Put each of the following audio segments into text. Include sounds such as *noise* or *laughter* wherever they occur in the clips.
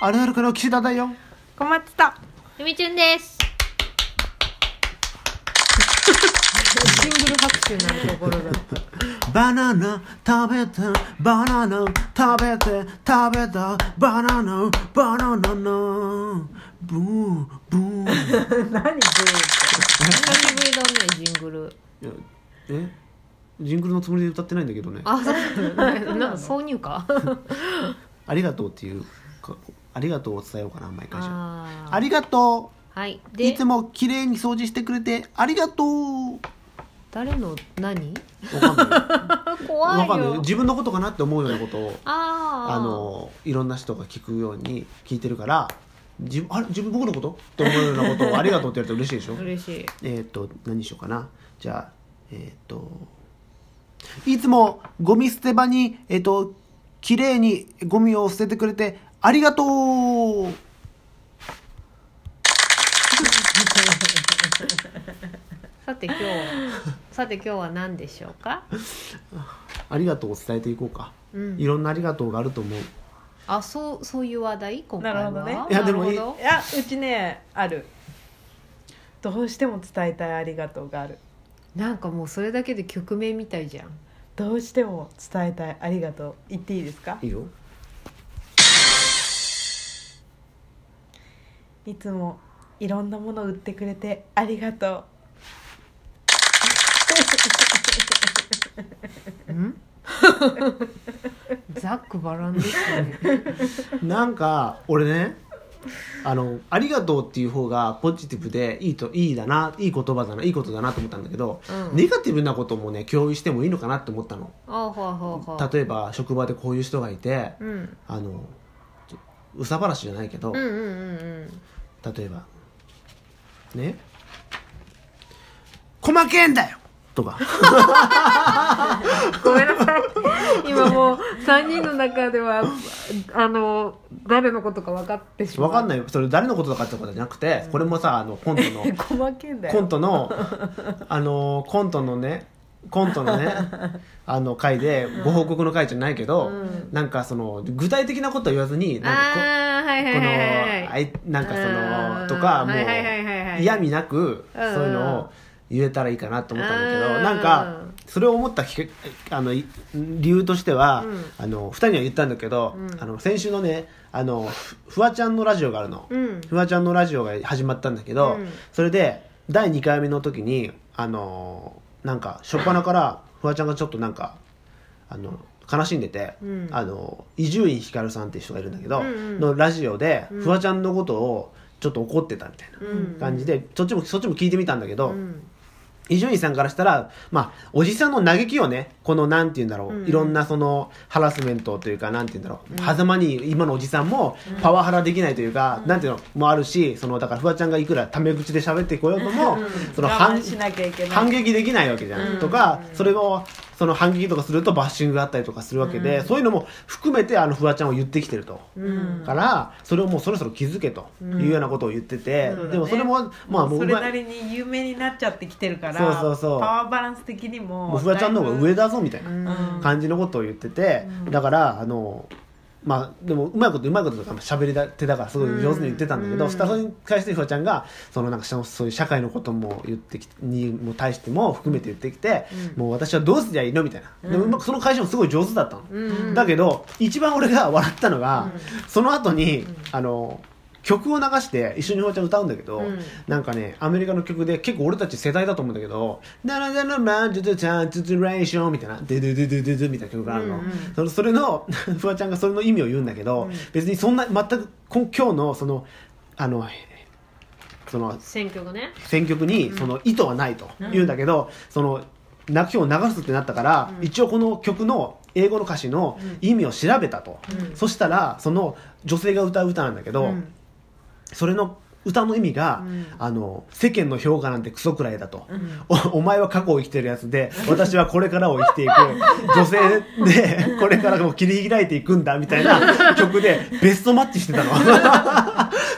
あるあるから岸田だよ小松とゆみちゅんです。シングル拍手になるところだバナナ食べてバナナ食べて食べたバナナバナナナブーブー何ブー久しぶりだねジングルいや *laughs* えジングルのつもりで歌ってないんだけどねあ、そうなんか挿入歌。ありがとうっていうかありがとうを伝えようかな毎回じゃああありがとうーはい。いでつ、も綺麗に掃除してくれてありがとうわ誰の何かんない怖わいかんないよ。自分のことかなって思うようなことをあーあ、のいろんな人が聞くように聞いてるから自分あれ自分僕のことって思うような *laughs* ことをありがとうって言われたら嬉しいでしょ嬉しい。えっ、と何にしようかなじゃあえっ、といつもゴミ捨て場にえっ、と綺麗にゴミを捨ててくれてありがとうさて今日 *laughs* は、さて今日は何でしょうか。ありがとうを伝えていこうか、うんいろんなありがとうがあると思うあ、そうそういう話題今回なは。るほどねいやでもいいなるほどいやうちねあるどうしても伝えたいありがとうがあるなんかもうそれだけで曲名みたいじゃん。どうしても伝えたいありがとう言っていいですかいいよいつもいろんなもの売ってくれてありがとん？ザックバランです *laughs* ね。なんか俺ねあの「ありがとう」っていう方がポジティブでいいといいだないい言葉だないいことだなと思ったんだけど、うんネガティブなこともね共有してもいいのかなって思ったのあ、ほうほうほう。例えば職場でこういう人がいて、うん。あのちょうさばらしじゃないけど、うんうんうん例えばね「細けえんだよ!」と *laughs* かうん。ごめんなさい。今もう三人の中ではあの誰のことか分かってしまう。わかんい。ないよそれ誰のことだかってことじゃなくて、これもさあのコント *laughs* のう細けんだコンよト *laughs* のあのコントのねコントの *laughs* ねあの回でご報告の回じゃないけど、なんかその具体的なことは言わずになんかああはいこはいこのはいあはい。いなんかそうんのとかもはいはいはいはいはうい嫌味なくそういうんうんうのを言えたらいいかなと思ったんだけどうんなんかそれを思ったきけあのい理由としては、うんあの2人には言ったんだけど、うんあの先週のねあのふふわちゃんのラジオがあるの。うん。フワちゃんのラジオが始まったんだけど、うんそれで第2回目の時にあのーなんか初っ端からフワちゃんがちょっとなんかあの悲しんでてうんあの伊集院光さんっていう人がいるんだけど、うんうんのラジオでフワちゃんのことをちょっと怒ってたみたいなうん感じで、そっちもそっちも聞いてみたんだけど、うん伊集院さんからしたら、まあ、おじさんの嘆きをねこのなんて言うんだろう、うんいろんなそのハラスメントというかなんて言うんだろう、狭間に今のおじさんもパワハラできないというか、なんていうのもあるしそのだからフワちゃんがいくらタメ口で喋ってこようとも、その我反慢しなきゃいけない反撃できないわけじゃん、うんとかそれをその反撃とかするとバッシングがあったりとかするわけで、そういうのも含めてあのフワちゃんを言ってきてると。うんからそれをもうそろそろ気づけというようなことを言ってて、うんでもそれも、まあもうそれまなりに有名になっちゃってきてるからそうそうそうパワーバランス的にももうフワちゃんの方が上だぞみたいな、うん感じのことを言ってて、だからあのまあでもうまいことうまいこととか喋りだ手だからすごい上手に言ってたんだけど、うんスタッフに対してフワちゃんがそのなんかそのそういう社会のことも言ってきにも対しても含めて言ってきて、もう私はどうすりゃいいのみたいな、でもうまくその会社もすごい上手だったの、うんだけど一番俺が笑ったのが、その後に、あの曲を流して一緒にフワちゃん歌うんだけど、うんなんかねアメリカの曲で結構俺たち世代だと思うんだけど「ダラダララジュドチャンチュチュレーション」みたいな「デデデデデデ」みたいな曲があるの、うんうんそのそれの *laughs* フワちゃんがそれの意味を言うんだけど、別にそんな全くこん今日のそのあのその選挙がね。選曲にその意図はないと言うんだけど、そのな今日流すってなったから、一応この曲の英語の歌詞の意味を調べたと、そしたらその女性が歌う歌なんだけど、うんそれの歌の意味が、んあの世間の評価なんてクソくらいだと、おお前は過去を生きてるやつで私はこれからを生き *laughs* ていく女性でこれからも切り開いていくんだみたいな曲でベストマッチして *laughs* たの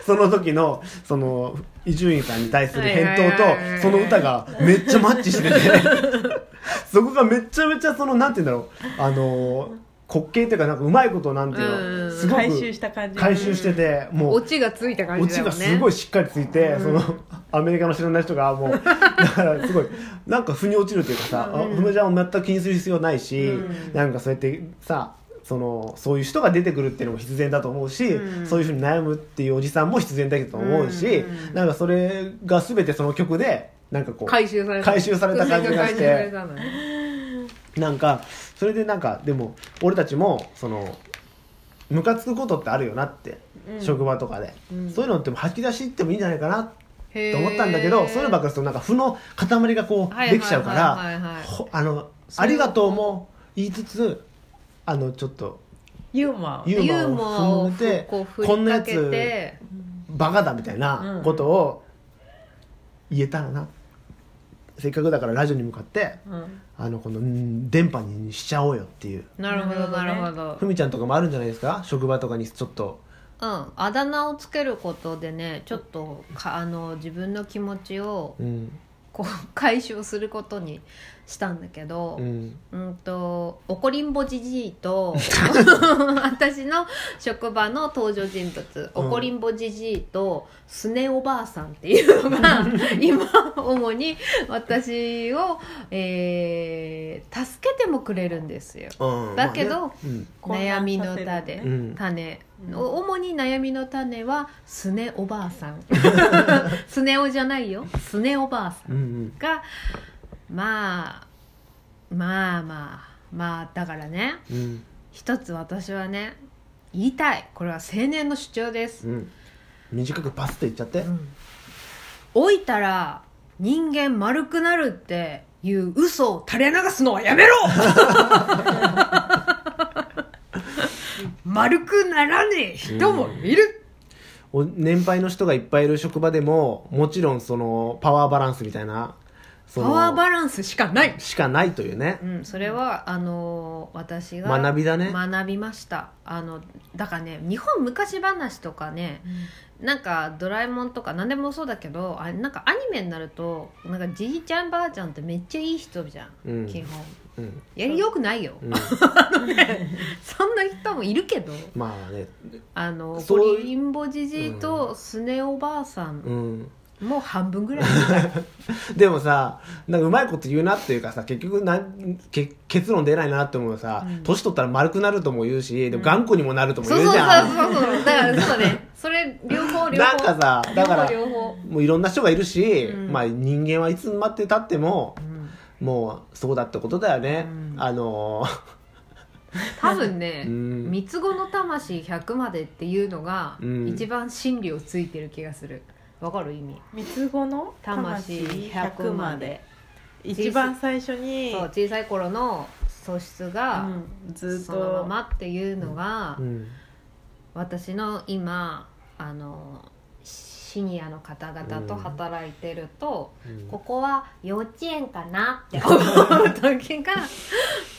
その時のその伊集院さんに対する返答はいはいはいはといその歌がめっちゃマッチしてて *laughs* そこがめちゃめちゃそのなんて言うんだろうあの滑稽というかなんかうまいことなんていうの、うんすごく回収した感じ回収しててもオうチがついた感オじだチよがすねごいしっかりついて、そのアメリカの知らない人がもう *laughs* だからすごいなんか腑に落ちるというかさ、あそれじゃ全く気にする必要ないし、うんなんかそうやってさそのそういう人が出てくるっていうのも必然だと思うし、うんそういうふうに悩むっていうおじさんも必然だけどと思うし、うんなんかそれが全てその曲でなんかこう回収された回収された感じがして回収さ *laughs* れたのねなんかそれでなんかでも俺たちもそのムカつくことってあるよなって、うん職場とかで、うんそういうのっても吐き出しってもいいんじゃないかなへーと思ったんだけど、そういうのばっかりするとなんか負の塊がこはいうできちゃうかはいはいはいはいらほあのそあれりがとうも言いつつあのちょっとユーモアユユーーモモアアをを含めてこう振こりんなかやけつてバカだみたいなことを言えたらな、せっかくだからラジオに向かってうんあのこのうん電波にしちゃおうよっていうなるほどななるるほほど、ふみちゃんとかもあるんじゃないですか職場とかにちょっとうん、あだ名をつけることでねちょっとかあの自分の気持ちをうんこう解消することにしたんだけど、うんうんと怒りんぼじじい *laughs* と私の職場の登場人物うん怒りんぼじじいとすねおばあさんっていうの *laughs* が今主に私を、えー助けてもくれるんですようんだけどまあね悩みの歌で、うんうん種、うんお主に悩みの種はすねおばあさ *laughs* んすねおじゃないよすねおばあさんうんうんがまあまあまあまあだからねうん一つ私はね言いたいこれは青年の主張です、うん短くパスって言っちゃってうん老いたら人間丸くなるっていう嘘を垂れ流すのは *laughs* やめろ丸くならねえ人もいる、お年配の人がいっぱいいる職場でももちろんそのパワーバランスみたいなそのパワーバランスしかない、しかないというねうん、それはあのー私が学びだね学びましたあのだからね日本昔話とかねなんか「ドラえもん」とか何でもそうだけどあなんかアニメになるとなんかじいちゃんばあちゃんってめっちゃいい人じゃん、うん基本うんやりよくないよ、うん *laughs* そんな人もいるけどまあねあのそ怒うりんぼじじいとすねおばあさんうんもう半分ぐらいみたいでもさなんかうまいこと言うなっていうかさ結局なんけ結論出ないなって思うのさうん年取ったら丸くなるとも言うしでも頑固にもなるともそう言そううそうじゃんそうそうだからそうねそれ両方両なん方かさだから両方両方、もういろんな人がいるし、うんまあ、人間はいつ待ってたってもうんもうそうだってことだよね、うんあのー多分ね、うん三つ子の魂100までっていうのがうん一番真理をついてる気がするわかる意味三つ子の魂魂100 100ままでで一番最初にそう小さい頃の素質がうんずっそのとままっていうのがうん私の今あのシニアの方々と働いてると、うんここは幼稚園かなって思う時が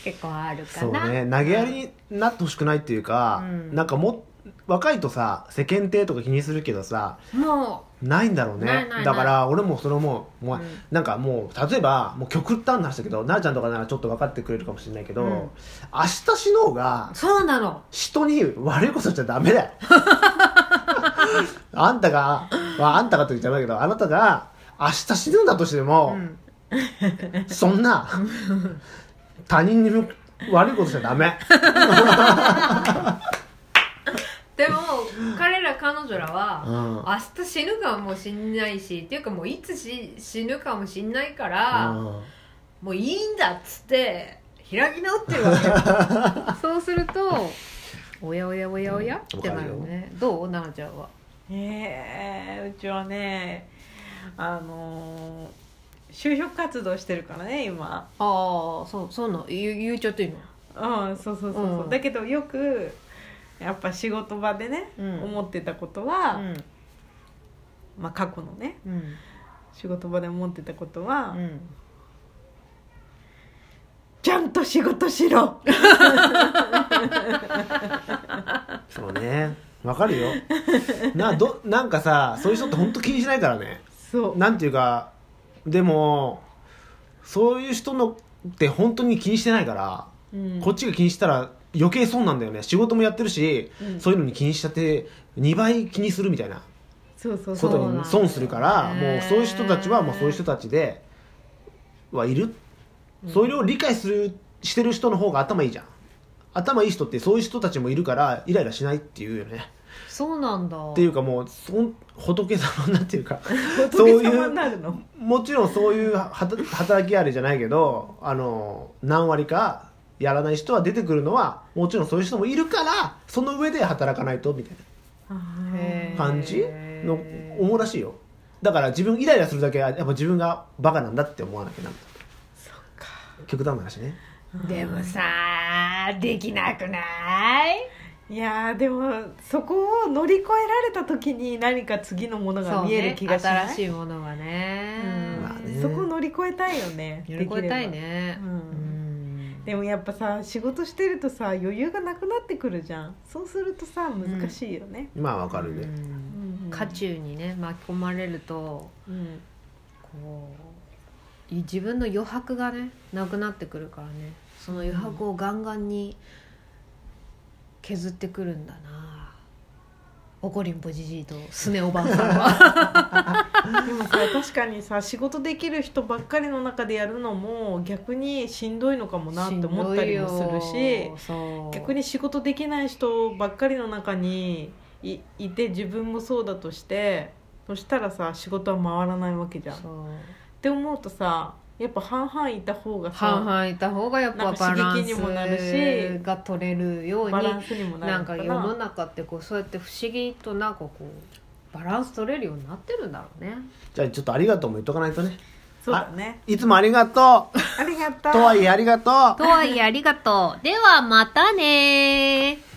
結構あるかそうな。ね投げやりになってほしくないっていうか、うんなんかも若いとさ世間体とか気にするけどさもないんだろうねないないないだから俺もそれもうもう、うんなんかもう例えばもう極端な話だけどなあちゃんとかならちょっと分かってくれるかもしれないけど、うん明日死のうがうそうなの人に悪いことしちゃダメだ *laughs* よあんたが、まあ、あんたがと言っちゃダメだけどあなたが明日死ぬんだとしても、うんそん *laughs* な他人に向悪いことしちゃダメでも彼ら彼女らは、うん明日死ぬかもしんないしっていうかもういつし死ぬかもしんないから、うんもういいんだっつって開き直ってるわ *laughs* けよそうするとおやおやおやおや、うんってなるよねどう奈々ちゃんはえーうちはねあのー就職活動してるからね今ああそうそうなの言う言うちゃっていいのうんそうそうそうそう、うんだけどよくやっぱ仕事場でね、うん思ってたことは、うんまあ過去のねうん仕事場で思ってたことは、うんちゃんと仕事しろそうねわかるよなどなんかさそういう人って本当気にしないからねそうなんていうかでもそういう人のって本当に気にしてないから、うんこっちが気にしたら余計損なんだよね仕事もやってるし、うんそういうのに気にしちゃって2倍気にするみたいなそうそこうそそうとうに損するからそうなんだもようねそういう人たちは、まあ、そういう人たちではいる、そういうのを理解するしてる人の方が頭いいじゃん頭いい人ってそういう人たちもいるからイライラしないっていうよねそうなんだっていうかもうそん仏様になっていうか *laughs* そう仏い様になうるのもちろんそういうはた働きあれじゃないけどあの何割かやらない人は出てくるのはもちろんそういう人もいるからその上で働かないとみたいなへー感じへーの思うらしいよだから自分イライラするだけはやっぱ自分がバカなんだって思わなきゃなんないそっか極端な話ねでもさできなくないいやーでもそこを乗り越えられた時に何か次のものが見える気がしない新しいものがね、うんまあねそこを乗り越えたいよね喜びたいできれねうんばでもやっぱさ仕事してるとさ余裕がなくなってくるじゃんそうするとさ難しいよね、まあわかるね、うんうん渦中にね巻き込まれるとうんこう自分の余白がねなくなってくるからねその余白をガンガンに削ってくるんだな怒りんぼじじいとすねおばあさんはでもさ確かにさ仕事できる人ばっかりの中でやるのも逆にしんどいのか *laughs* もなって思ったりもするし逆にに仕事できない人ばっかりの中にいいて自分もそうだとしてそしたらさ仕事は回らないわけじゃん。って思うとさやっぱ半々いた方がさ半々いた方がやっぱバラなんかン刺激にもなるしスが取れるようにバランスにもなるなんか世の中ってこうそうやって不思議となんかこうバランス取れるようになってるんだろうねじゃあちょっとありがとうも言っとかないとねそうだねいつもありがとうありがとうとはいえありがとうとはいえありがとうではまたねー